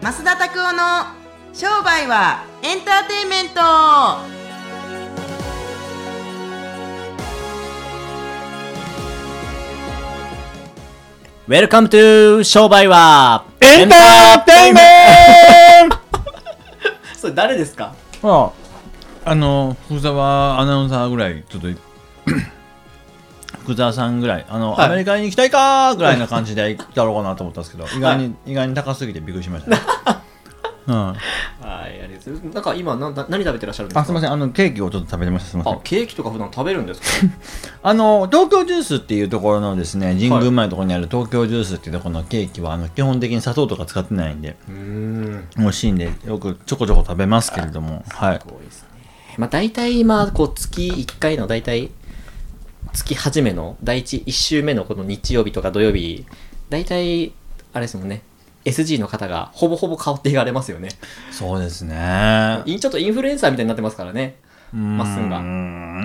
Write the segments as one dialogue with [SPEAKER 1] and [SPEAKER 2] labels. [SPEAKER 1] 増田拓夫の商売はエンターテインメント
[SPEAKER 2] ウェルカムトゥー商売は
[SPEAKER 3] エンターテイメント
[SPEAKER 2] ンそれ誰ですか
[SPEAKER 3] ああの福沢アナウンサーぐらいちょっと福沢さんぐらいあの、
[SPEAKER 2] はい
[SPEAKER 3] アメリカに行きたいかーぐらいな感じで行ったろうかなと思ったんですけど意外に、意外に高すぎてびっくりしました、ね うん、
[SPEAKER 2] はい、ありがとうございます。なんか今な、な何食べてらっしゃるんですか
[SPEAKER 3] あすみませんあのケーキをちょっと食べてましたすみませ
[SPEAKER 2] あ
[SPEAKER 3] ん、
[SPEAKER 2] ケーキとか普段食べるんですか
[SPEAKER 3] あの東京ジュースっていうところのですね神宮前のところにある東京ジュースっていうところのケーキはあの基本的に砂糖とか使ってないんで
[SPEAKER 2] うーん。
[SPEAKER 3] 美味しいんでよくちょこちょこ食べますけれどもはい
[SPEAKER 2] すごいですね。まあ大体今、こう月1回の大体、月初めの、第一1週目のこの日曜日とか土曜日、大体、あれですもんね、SG の方がほぼほぼ変わっていかれますよね。
[SPEAKER 3] そうですね
[SPEAKER 2] いちょっとインフルエンサーみたいになってますからね。
[SPEAKER 3] ま
[SPEAKER 2] っすんが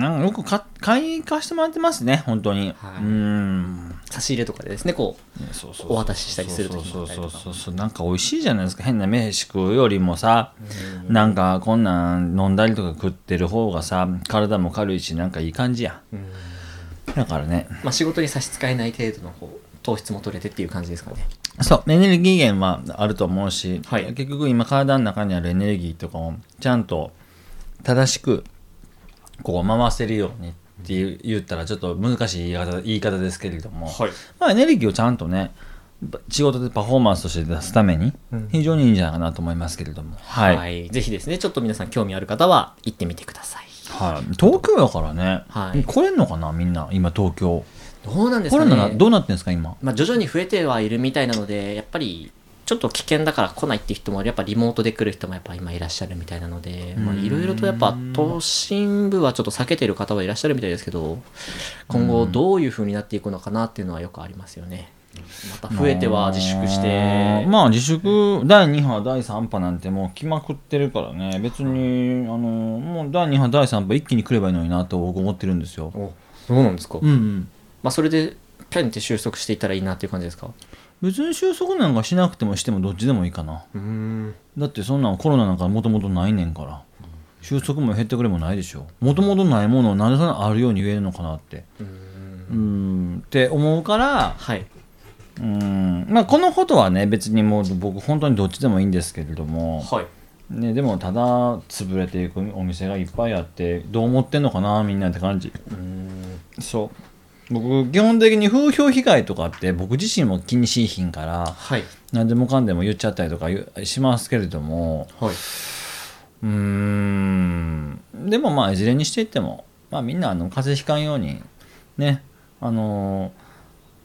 [SPEAKER 3] なんかよくか買い貸してもらってますね、本当
[SPEAKER 2] は
[SPEAKER 3] に。
[SPEAKER 2] いう
[SPEAKER 3] ーん。
[SPEAKER 2] 差し入れとかでですね、こう。
[SPEAKER 3] そう
[SPEAKER 2] そうお渡ししたりする
[SPEAKER 3] そう
[SPEAKER 2] 時
[SPEAKER 3] そ
[SPEAKER 2] もあ
[SPEAKER 3] う
[SPEAKER 2] ったりと
[SPEAKER 3] そう
[SPEAKER 2] か
[SPEAKER 3] そうそう。なんか美味しいじゃないですか。変な飯食うよりもさ、なんかこんなん飲んだりとか食ってる方がさ、体も軽いし、なんかいい感じや。だからね。
[SPEAKER 2] まあ仕事に差し支えない程度の方糖質も取れてっていう感じですかね。
[SPEAKER 3] そう、エネルギー源はあると思うし、
[SPEAKER 2] はい
[SPEAKER 3] 結局今体の中にあるエネルギーとかをちゃんと正しくこう回せるようにっていう言ったらちょっと難しい言い方言い方ですけれども、
[SPEAKER 2] はい
[SPEAKER 3] まあ、エネルギーをちゃんとね仕事でパフォーマンスとして出すために非常にいいんじゃないかなと思いますけれども、は
[SPEAKER 2] はいい、ぜひですね、ちょっと皆さん興味ある方は行ってみてください。
[SPEAKER 3] はい東京やからね、
[SPEAKER 2] はい
[SPEAKER 3] 来れんのかなみんな今東京
[SPEAKER 2] どうなんです
[SPEAKER 3] コ
[SPEAKER 2] か
[SPEAKER 3] ロ
[SPEAKER 2] ね。
[SPEAKER 3] ナなどうなってんですか今
[SPEAKER 2] まあ徐々に増えてはいるみたいなので、やっぱりちょっと危険だから来ないっていう人も、やっぱリモートで来る人もやっぱ今いらっしゃるみたいなので、まあいろいろとやっぱ都心部はちょっと避けてる方はいらっしゃるみたいですけど、今後どういう風になっていくのかなっていうのはよくありますよね。また増えては自粛して、
[SPEAKER 3] まあ自粛第2波第3波なんてもう来まくってるからね別にあのもう第2波第3波一気に来ればいいのになと僕思ってるんですよ
[SPEAKER 2] おそうなんですか。
[SPEAKER 3] うん、うん、
[SPEAKER 2] まあ、それでピャンって収束していったらいいなっていう感じですか
[SPEAKER 3] 別に収束なんかしなくてもしてもどっちでもいいかな
[SPEAKER 2] うん
[SPEAKER 3] だってそんなんコロナなんかもともとないねんから収束も減ってくれもないでしょもともとないものをなんでそんなあるように言えるのかなってうんって思うから
[SPEAKER 2] はい
[SPEAKER 3] うんまあこのことはね別にもう僕本当にどっちでもいいんですけれども
[SPEAKER 2] はい
[SPEAKER 3] ね、でもただ潰れていくお店がいっぱいあってどう思ってんのかなみんなって感じそう僕基本的に風評被害とかって僕自身も気にしいひんから
[SPEAKER 2] はい
[SPEAKER 3] 何でもかんでも言っちゃったりとか言うしますけれども
[SPEAKER 2] はいう
[SPEAKER 3] ーんでもまあいずれにしていっても、まあ、みんなあの風邪ひかんようにねあのー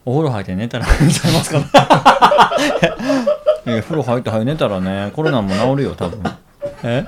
[SPEAKER 3] お風呂入って寝たらいいんちゃいますかね え風呂入って入って寝たらねコロナも治るよ多分え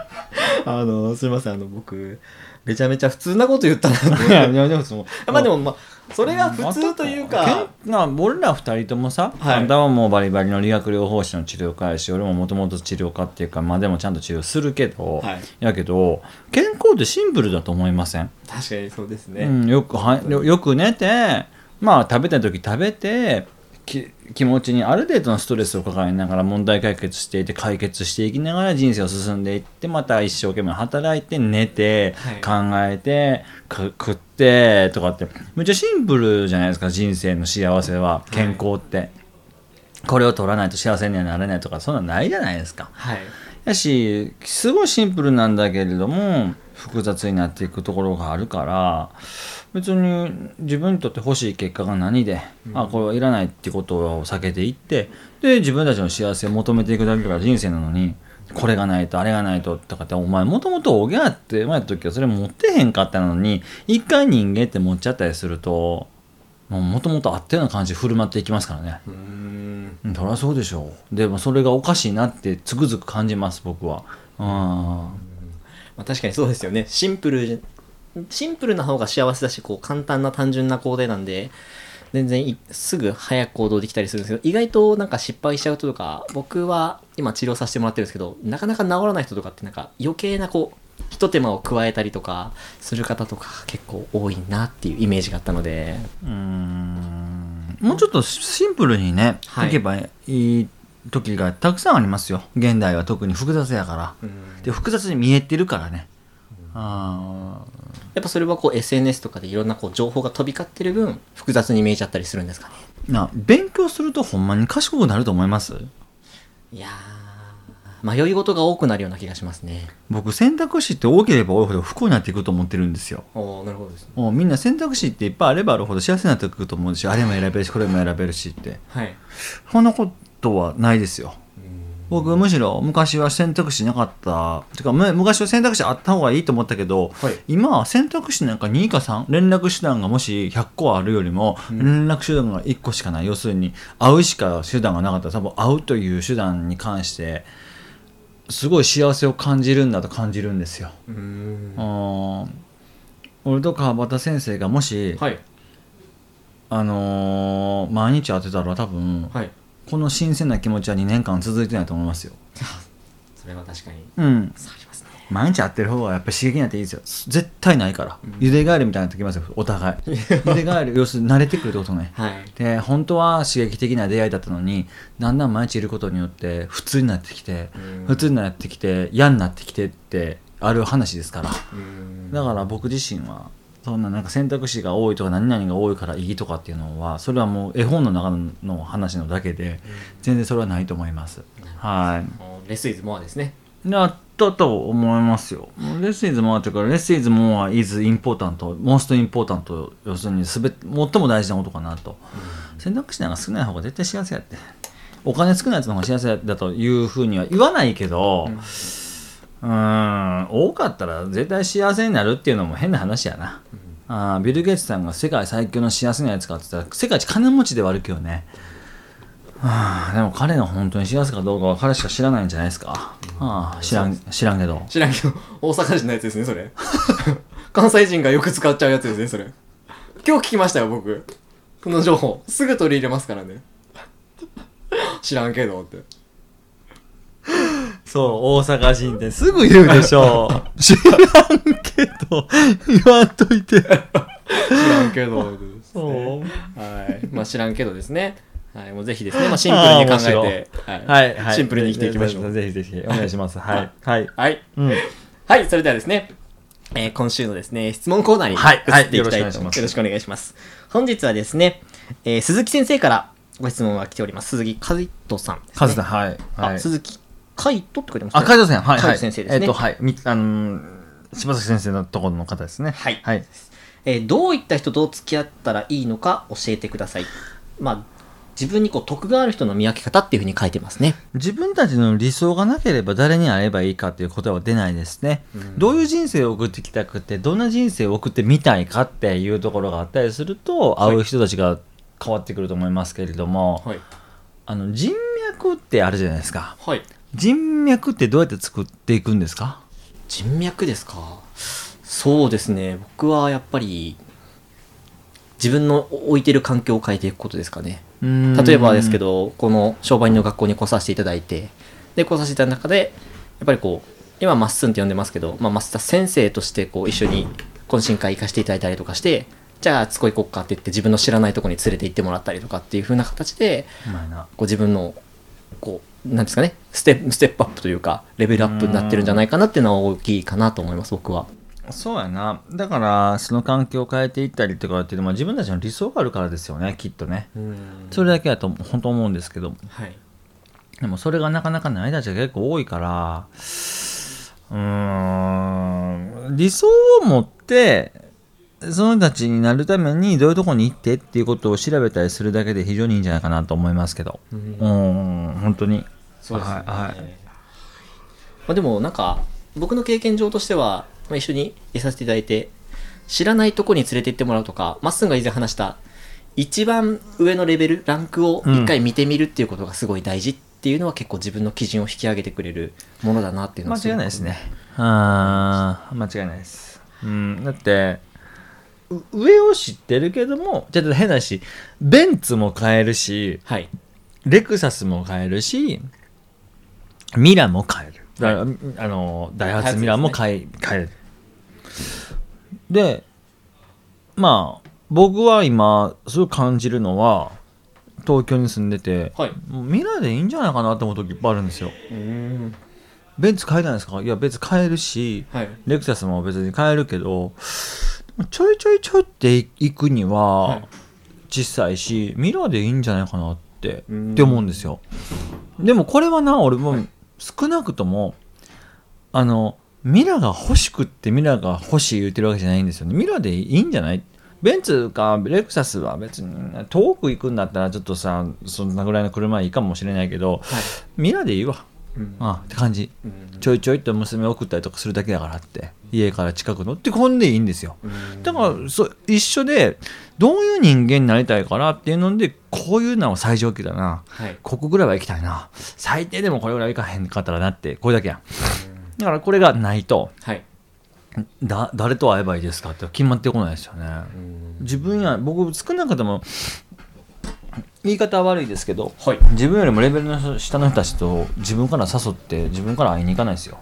[SPEAKER 2] あのすいませんあの僕めちゃめちゃ普通なこと言ったなと思っ
[SPEAKER 3] いや
[SPEAKER 2] て
[SPEAKER 3] いやでもその
[SPEAKER 2] まあでもまあそれが普通というか、
[SPEAKER 3] けんまあ俺ら二人ともさ、
[SPEAKER 2] はい
[SPEAKER 3] あんたはもうバリバリの理学療法士の治療家やし俺ももともと治療家っていうかまあでもちゃんと治療するけど、
[SPEAKER 2] はい
[SPEAKER 3] やけど健康ってシンプルだと思いません、
[SPEAKER 2] 確かにそうですね、
[SPEAKER 3] うん、よくはよよく寝てまあ食べたい時食べてき気持ちにある程度のストレスを抱えながら問題解決していて解決していきながら人生を進んでいってまた一生懸命働いて寝て、考えてか食ってとかってめっちゃシンプルじゃないですか人生の幸せは健康って、これを取らないと幸せにはなれないとかそんなんないじゃないですか。
[SPEAKER 2] はい
[SPEAKER 3] やしすごいシンプルなんだけれども複雑になっていくところがあるから別に自分にとって欲しい結果が何で、あこれはいらないってことを避けていってで自分たちの幸せを求めていくだけが人生なのにこれがないとあれがないととかってお前もともとおぎゃーって生まれた時はそれ持ってへんかったのに一回人間って持っちゃったりするともともとあったような感じで振る舞っていきますからね。
[SPEAKER 2] うん
[SPEAKER 3] うんそりゃそうでしょうでもそれがおかしいなってつくづく感じます僕はうん
[SPEAKER 2] まあ、確かにそうですよねシンプルじゃシンプルな方が幸せだしこう簡単な単純な行動なんで全然いすぐ早く行動できたりするんですけど意外となんか失敗しちゃう人とか僕は今治療させてもらってるんですけどなかなか治らない人とかってなんか余計なこうひと手間を加えたりとかする方とか結構多いなっていうイメージがあったので
[SPEAKER 3] うーんもうちょっとシンプルにね、
[SPEAKER 2] はい
[SPEAKER 3] い、けばいい時がたくさんありますよ現代は特に複雑やから、
[SPEAKER 2] ん
[SPEAKER 3] で複雑に見えてるからね、あ
[SPEAKER 2] やっぱそれはこう SNS とかでいろんなこう情報が飛び交ってる分複雑に見えちゃったりするんですかね
[SPEAKER 3] ーな勉強するとほんまに賢くなると思います
[SPEAKER 2] いやー迷い事が多くなるような気がしますね
[SPEAKER 3] 僕選択肢って多ければ多いほど不幸になっていくと思ってるんですよ
[SPEAKER 2] おなるほどですね
[SPEAKER 3] もうみんな選択肢っていっぱいあればあるほど幸せになっていくと思うしあれも選べるしこれも選べるしって
[SPEAKER 2] はい
[SPEAKER 3] そんなことはないですよ僕むしろ昔は選択肢なかったてかむ昔は選択肢あった方がいいと思ったけど、
[SPEAKER 2] はい
[SPEAKER 3] 今は選択肢なんか2か3連絡手段がもし100個あるよりも連絡手段が1個しかない、要するに会うしか手段がなかったら多分会うという手段に関してすごい幸せを感じるんだと感じるんですよ。
[SPEAKER 2] うん
[SPEAKER 3] うん俺と川端先生がもし、
[SPEAKER 2] はい
[SPEAKER 3] あのー毎日会ってたら多分、
[SPEAKER 2] はい
[SPEAKER 3] この新鮮な気持ちは2年間続いてないと思いますよ。
[SPEAKER 2] それは確かに
[SPEAKER 3] うん、
[SPEAKER 2] ありますね
[SPEAKER 3] 毎日会ってる方がやっぱり刺激になっていいですよ絶対ないから、ゆで返りみたいになってきますよお 互いゆで返り要するに慣れてくるってことね
[SPEAKER 2] はい
[SPEAKER 3] で本当は刺激的な出会いだったのにだんだん毎日いることによって普通になってきて
[SPEAKER 2] うん
[SPEAKER 3] 普通になってきて嫌になってきてってある話ですから
[SPEAKER 2] うん
[SPEAKER 3] だから僕自身はそんななんか選択肢が多いとか何々が多いからいいとかっていうのはそれはもう絵本の中の話のだけで全然それはないと思います、はい
[SPEAKER 2] レスイズモアですね
[SPEAKER 3] なったと思いますよ。Less is more というか、Less is more is important, most important 要するにすべ最も大事なことかなと。選択肢なんか少ない方が絶対幸せやって。お金少ないやつの方が幸せだというふうには言わないけど、うーん、多かったら絶対幸せになるっていうのも変な話やな。あービル・ゲイツさんが世界最強の幸せなやつかって言ったら、世界一金持ちではあるけどね。はあ、でも彼の本当に幸せかどうかは彼しか知らないんじゃないですか。はあ、知らん、知らんけど。
[SPEAKER 2] 知らんけど大阪人のやつですねそれ 関西人がよく使っちゃうやつですねそれ今日聞きましたよ僕この情報すぐ取り入れますからね知らんけどって
[SPEAKER 3] そう、大阪人ってすぐ言うでしょう。 知らんけど、言わんといて。
[SPEAKER 2] 知らんけどです
[SPEAKER 3] そう。
[SPEAKER 2] はいまあ知らんけどですねはいもうぜひ ですね、まあ、シンプルに考えてはい、
[SPEAKER 3] はい、はい。
[SPEAKER 2] シンプルに生きていきましょう
[SPEAKER 3] ぜひぜひ、お願いします。はい。はい。
[SPEAKER 2] はい
[SPEAKER 3] うん。
[SPEAKER 2] はい、それではですね、えー今週のですね、質問コーナーに移
[SPEAKER 3] はいはい
[SPEAKER 2] っていきたいと思います。よ
[SPEAKER 3] よ
[SPEAKER 2] ろ
[SPEAKER 3] ろ
[SPEAKER 2] しくお願いします。本日はですね、えー鈴木先生からご質問が来ております。鈴木海人さんです、ね。
[SPEAKER 3] カズさん、はい。は
[SPEAKER 2] あ、
[SPEAKER 3] い。
[SPEAKER 2] 鈴木海人って書いてます
[SPEAKER 3] あ、カズさん、はい。
[SPEAKER 2] 海
[SPEAKER 3] はい
[SPEAKER 2] 人先生ですね。
[SPEAKER 3] えっと、はい。み、あのー、柴崎先生のところの方ですね。
[SPEAKER 2] はい
[SPEAKER 3] はい。
[SPEAKER 2] えーどういった人と付き合ったらいいのか教えてください。まあ、自分にこう得がある人の見分け方っていうふうに書いてますね。
[SPEAKER 3] 自分たちの理想がなければ誰に会えばいいかという答えは出ないですね、どういう人生を送ってきたくてどんな人生を送ってみたいかっていうところがあったりすると
[SPEAKER 2] はい
[SPEAKER 3] 会う人たちが変わってくると思いますけれども、
[SPEAKER 2] はい。
[SPEAKER 3] あの人脈ってあるじゃないですか
[SPEAKER 2] はい。
[SPEAKER 3] 人脈ってどうやって作っていくんですか
[SPEAKER 2] 人脈ですかそうですね僕はやっぱり自分の置いてる環境を変えていくことですかね例
[SPEAKER 3] 例
[SPEAKER 2] えばですけどこの商売人の学校に来させていただいてで来させていただいた中でやっぱりこう今まっすんって呼んでますけど、まあ、マスター先生としてこう一緒に懇親会行かせていただいたりとかしてじゃああそこ行こっかって言って自分の知らないとこに連れて行ってもらったりとかっていう風な形で
[SPEAKER 3] うまいな
[SPEAKER 2] こう自分のこうなんですかねステップステップアップというかレベルアップになってるんじゃないかなっていうのは大きいかなと思います僕は
[SPEAKER 3] そうやなだからその環境を変えていったりとかっていうのは自分たちの理想があるからですよねきっとねそれだけだと本当思うんですけど
[SPEAKER 2] はい
[SPEAKER 3] でもそれがなかなかない人たちが結構多いから、うーん、理想を持って、その人たちになるためにどういうとこに行ってっていうことを調べたりするだけで非常にいいんじゃないかなと思いますけど。
[SPEAKER 2] う
[SPEAKER 3] うんん、本当に。
[SPEAKER 2] そうですね、
[SPEAKER 3] はいはい
[SPEAKER 2] まあ、でもなんか僕の経験上としては、まあ、一緒にいさせていただいて知らないとこに連れて行ってもらうとかまっすんが以前話した一番上のレベルランクを一回見てみるっていうことがすごい大事っていうのは結構自分の基準を引き上げてくれるものだなっていうの
[SPEAKER 3] 間
[SPEAKER 2] は
[SPEAKER 3] 違いないですね。あー間違いないです。うん、だって、う上を知ってるけども、ちょっと変だし、ベンツも買えるし、
[SPEAKER 2] はい
[SPEAKER 3] レクサスも買えるし、ミラも買える。だあの、ダイハツミラも買い買える。で、まあ、僕は今、すごい感じるのは、東京に住んでて、
[SPEAKER 2] はい
[SPEAKER 3] もうミラでいいんじゃないかなと思う時いっぱいあるんですよ
[SPEAKER 2] うん
[SPEAKER 3] ベンツ買えないですかいや別に買えるし、
[SPEAKER 2] はい
[SPEAKER 3] レクサスも別に買えるけどちょいちょいちょいって行くに
[SPEAKER 2] は
[SPEAKER 3] はい小さいし、ミラーでいいんじゃないかなって
[SPEAKER 2] うん
[SPEAKER 3] って思うんですよでもこれはな俺も少なくともあのミラーが欲しくってミラーが欲しい言ってるわけじゃないんですよねミラーでいいんじゃないベンツかレクサスは別に遠く行くんだったらちょっとさそんなぐらいの車いいかもしれないけど、
[SPEAKER 2] はい
[SPEAKER 3] ミラーでいいわ
[SPEAKER 2] うん
[SPEAKER 3] あって感じ
[SPEAKER 2] うん
[SPEAKER 3] ちょいちょいと娘送ったりとかするだけだからって家から近くのってこんでいいんですよ
[SPEAKER 2] うん
[SPEAKER 3] だからそう一緒でどういう人間になりたいからっていうのでこういうのは最上級だな
[SPEAKER 2] はい
[SPEAKER 3] ここぐらいは行きたいな最低でもこれぐらいは行かへんかったらなってこれだけやんだからこれがないと
[SPEAKER 2] はい
[SPEAKER 3] だ誰と会えばいいですかって決まってこないですよね
[SPEAKER 2] うん
[SPEAKER 3] 自分や僕少なくとも言い方は悪いですけど
[SPEAKER 2] はい
[SPEAKER 3] 自分よりもレベルの下の人たちと自分から誘って自分から会いに行かないですよ、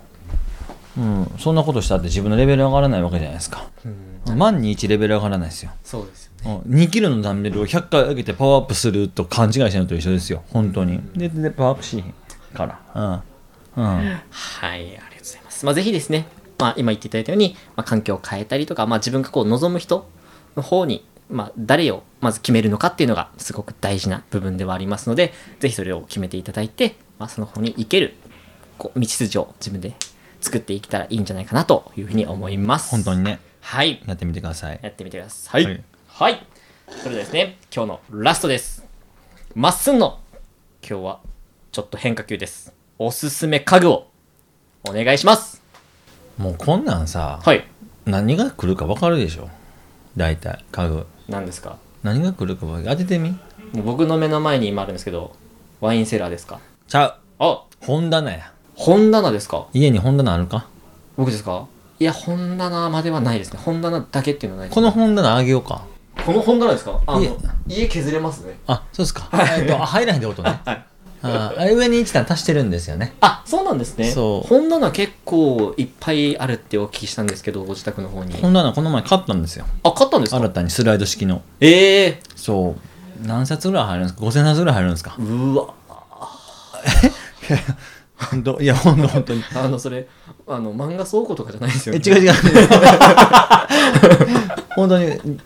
[SPEAKER 3] うん、そんなことしたって自分のレベル上がらないわけじゃないですか
[SPEAKER 2] うん
[SPEAKER 3] 万に1レベル上がらないですよ、
[SPEAKER 2] そうですよね
[SPEAKER 3] うん、2キロのダンベルを100回上げてパワーアップすると勘違いしてるのと一緒ですよ本当にででパワーアップしへんからうん、うん、
[SPEAKER 2] はい、ありがとうございます。まあ、ぜひですね、まあ、今言っていただいたように、まあ、環境を変えたりとか、まあ、自分がこう望む人の方に、まあ、誰をまず決めるのかっていうのがすごく大事な部分ではありますので、ぜひそれを決めていただいて、まあ、その方に行けるこう道筋を自分で作っていけたらいいんじゃないかなというふうに思います。
[SPEAKER 3] 本当に。ね
[SPEAKER 2] はい。
[SPEAKER 3] やってみてください
[SPEAKER 2] やってみてください。
[SPEAKER 3] は
[SPEAKER 2] はいい。それではですね、今日のラストです。まっすんの、今日はちょっと変化球です。おすすめ家具をお願いします。
[SPEAKER 3] もうこんなんさ、
[SPEAKER 2] はい。
[SPEAKER 3] 何が来るか分かるでしょ大体家具
[SPEAKER 2] 何ですか
[SPEAKER 3] 何が来るか分かる当ててみ
[SPEAKER 2] もう僕の目の前に今あるんですけど、ワインセラーですか
[SPEAKER 3] ちゃう
[SPEAKER 2] あ、
[SPEAKER 3] 本棚や
[SPEAKER 2] 本棚ですか
[SPEAKER 3] 家に本棚あるか
[SPEAKER 2] 僕ですかいや、本棚まではないですね。本棚だけっていうのはないです
[SPEAKER 3] この本棚あげようか
[SPEAKER 2] この本棚ですかあ
[SPEAKER 3] いえ
[SPEAKER 2] の、家削れますね。
[SPEAKER 3] あそうですか、えっとあ入らないってことね
[SPEAKER 2] はい。
[SPEAKER 3] ああ上に一段足してるんですよね
[SPEAKER 2] あ、そうなんですね。
[SPEAKER 3] そう
[SPEAKER 2] 本棚結構いっぱいあるってお聞きしたんですけど、ご自宅の方に。
[SPEAKER 3] 本棚この前買ったんですよ
[SPEAKER 2] あ、買ったんですか
[SPEAKER 3] 新たにスライド式の
[SPEAKER 2] ええ
[SPEAKER 3] そう何冊ぐらい入るんですか5000冊ぐらい入るんですか
[SPEAKER 2] ー、うわ
[SPEAKER 3] 本当いや本当本当に
[SPEAKER 2] あのそれあの漫画倉庫とかじゃないです
[SPEAKER 3] え
[SPEAKER 2] よね
[SPEAKER 3] 違う 違う本当に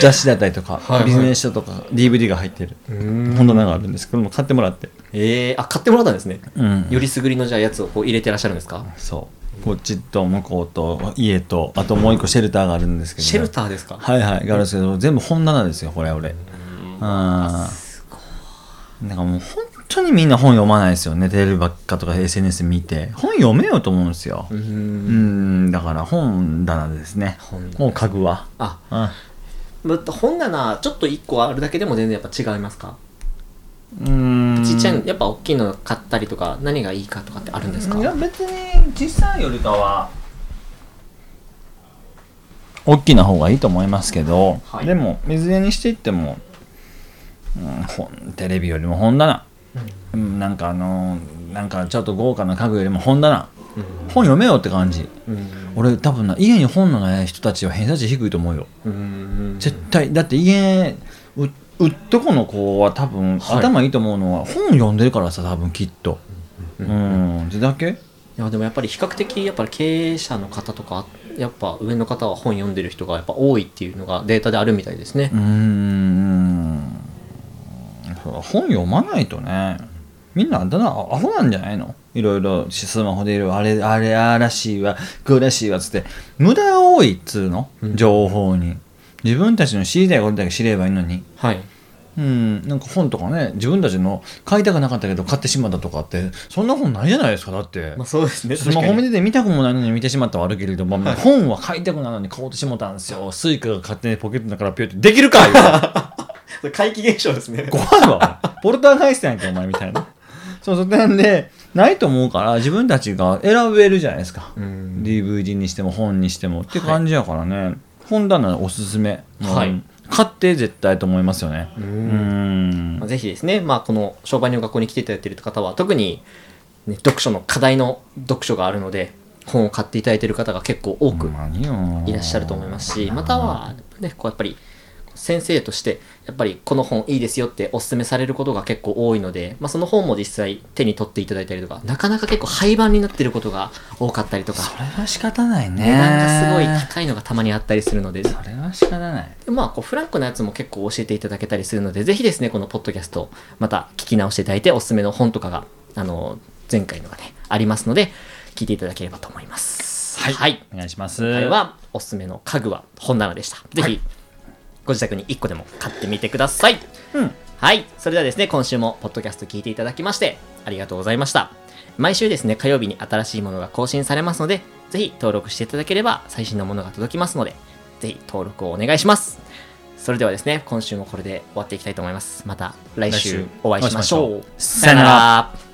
[SPEAKER 3] 雑誌だったりとか、
[SPEAKER 2] いはい
[SPEAKER 3] ビジネス書とか DVD が入ってる
[SPEAKER 2] う
[SPEAKER 3] 本棚があるんですけども買ってもらって
[SPEAKER 2] ええー、あ買ってもらったんですね、
[SPEAKER 3] うん
[SPEAKER 2] よりすぐりのじゃあやつをこう入れてらっしゃるんですか
[SPEAKER 3] そうこっちと向こうと家とあともう一個シェルターがあるんですけどね、
[SPEAKER 2] シェルターですか、
[SPEAKER 3] はいはいガラスけど全部本棚ですよこれ俺うん
[SPEAKER 2] すごい
[SPEAKER 3] なんかもう本当にみんな本読まないですよねテレビばっかとか SNS 見て本読めようと思うんですようん
[SPEAKER 2] ん
[SPEAKER 3] だから本棚ですね
[SPEAKER 2] 本棚
[SPEAKER 3] もう家具は
[SPEAKER 2] あ
[SPEAKER 3] う
[SPEAKER 2] また本棚ちょっと1個あるだけでも全然やっぱ違いますか
[SPEAKER 3] んうん
[SPEAKER 2] ちっちゃいやっぱ大きいの買ったりとか何がいいかとかってあるんですか
[SPEAKER 3] いや別に小さいよりかは大きな方がいいと思いますけど、
[SPEAKER 2] はい
[SPEAKER 3] でも水ずれにしていっても、うん、本テレビよりも本棚、うん、なんかあのーなんかちょっと豪華な家具よりも本棚、本読めよって感じ、
[SPEAKER 2] うん
[SPEAKER 3] 俺多分な家に本のない人たちは偏差値低いと思うよ
[SPEAKER 2] うん
[SPEAKER 3] 絶対だって家ううっとこの子は多分、
[SPEAKER 2] はい
[SPEAKER 3] 頭いいと思うのは本読んでるからさ多分きっとうんってだけ
[SPEAKER 2] いやでもやっぱり比較的やっぱり経営者の方とかやっぱ上の方は本読んでる人がやっぱ多いっていうのがデータであるみたいですね
[SPEAKER 3] うー、んそうだ本読まないとねみんなあだなアホなんじゃないのいろいろしスマホでいろいろあれあれあらしいわこうらしいわっつって無駄が多いっつうの情報に、自分たちの知りたいことだけ知ればいいのに
[SPEAKER 2] はい
[SPEAKER 3] うんなんか本とかね自分たちの買いたくなかったけど買ってしまったとかってそんな本ないじゃないですかだって、
[SPEAKER 2] まあそうですね
[SPEAKER 3] スマホ見てて見たくもないのに見てしまったはあるけれども、本は買いたくないのに買おうとしもたんですよスイカが勝手にポケットの中からピュってできるか言うて
[SPEAKER 2] 怪奇現象ですね
[SPEAKER 3] 怖いわポルターガイストやんけお前みたいなそうそうなんでないと思うから自分たちが選べるじゃないですか、
[SPEAKER 2] うん
[SPEAKER 3] DVD にしても本にしてもって感じやからね、本棚おすすめ、もう
[SPEAKER 2] はい
[SPEAKER 3] 買って絶対と思いますよねうん
[SPEAKER 2] まあぜひですね、まあ、この商売の学校に来ていただいている方は特に、ね、読書の課題の読書があるので本を買っていただいている方が結構多く
[SPEAKER 3] ほんまによ
[SPEAKER 2] いらっしゃると思いますしまたは、ね、こうやっぱり先生としてやっぱりこの本いいですよってお勧めされることが結構多いので、まあ、その本も実際手に取っていただいたりとかなかなか結構廃盤になってることが多かったりとか
[SPEAKER 3] それは仕方ないね
[SPEAKER 2] 値段がすごい高いのがたまにあったりするので
[SPEAKER 3] それは仕方ない
[SPEAKER 2] でまあ、こうフランクなやつも結構教えていただけたりするので、ぜひですね、このポッドキャスト、また聞き直していただいて、おすすめの本とかが、あの、前回のがね、ありますので、聞いていただければと思います。はい。
[SPEAKER 3] お願いします
[SPEAKER 2] 今回は、おすすめの家具は本棚でした。ぜひ、ご自宅に1個でも買ってみてください。
[SPEAKER 3] うん
[SPEAKER 2] はい。それではですね、今週もポッドキャスト聞いていただきまして、ありがとうございました。毎週ですね、火曜日に新しいものが更新されますので、ぜひ登録していただければ最新のものが届きますので、ぜひ登録をお願いします。それではですね、今週もこれで終わっていきたいと思います。また来
[SPEAKER 3] 来週
[SPEAKER 2] 週お会いしましょう。
[SPEAKER 3] さよなら。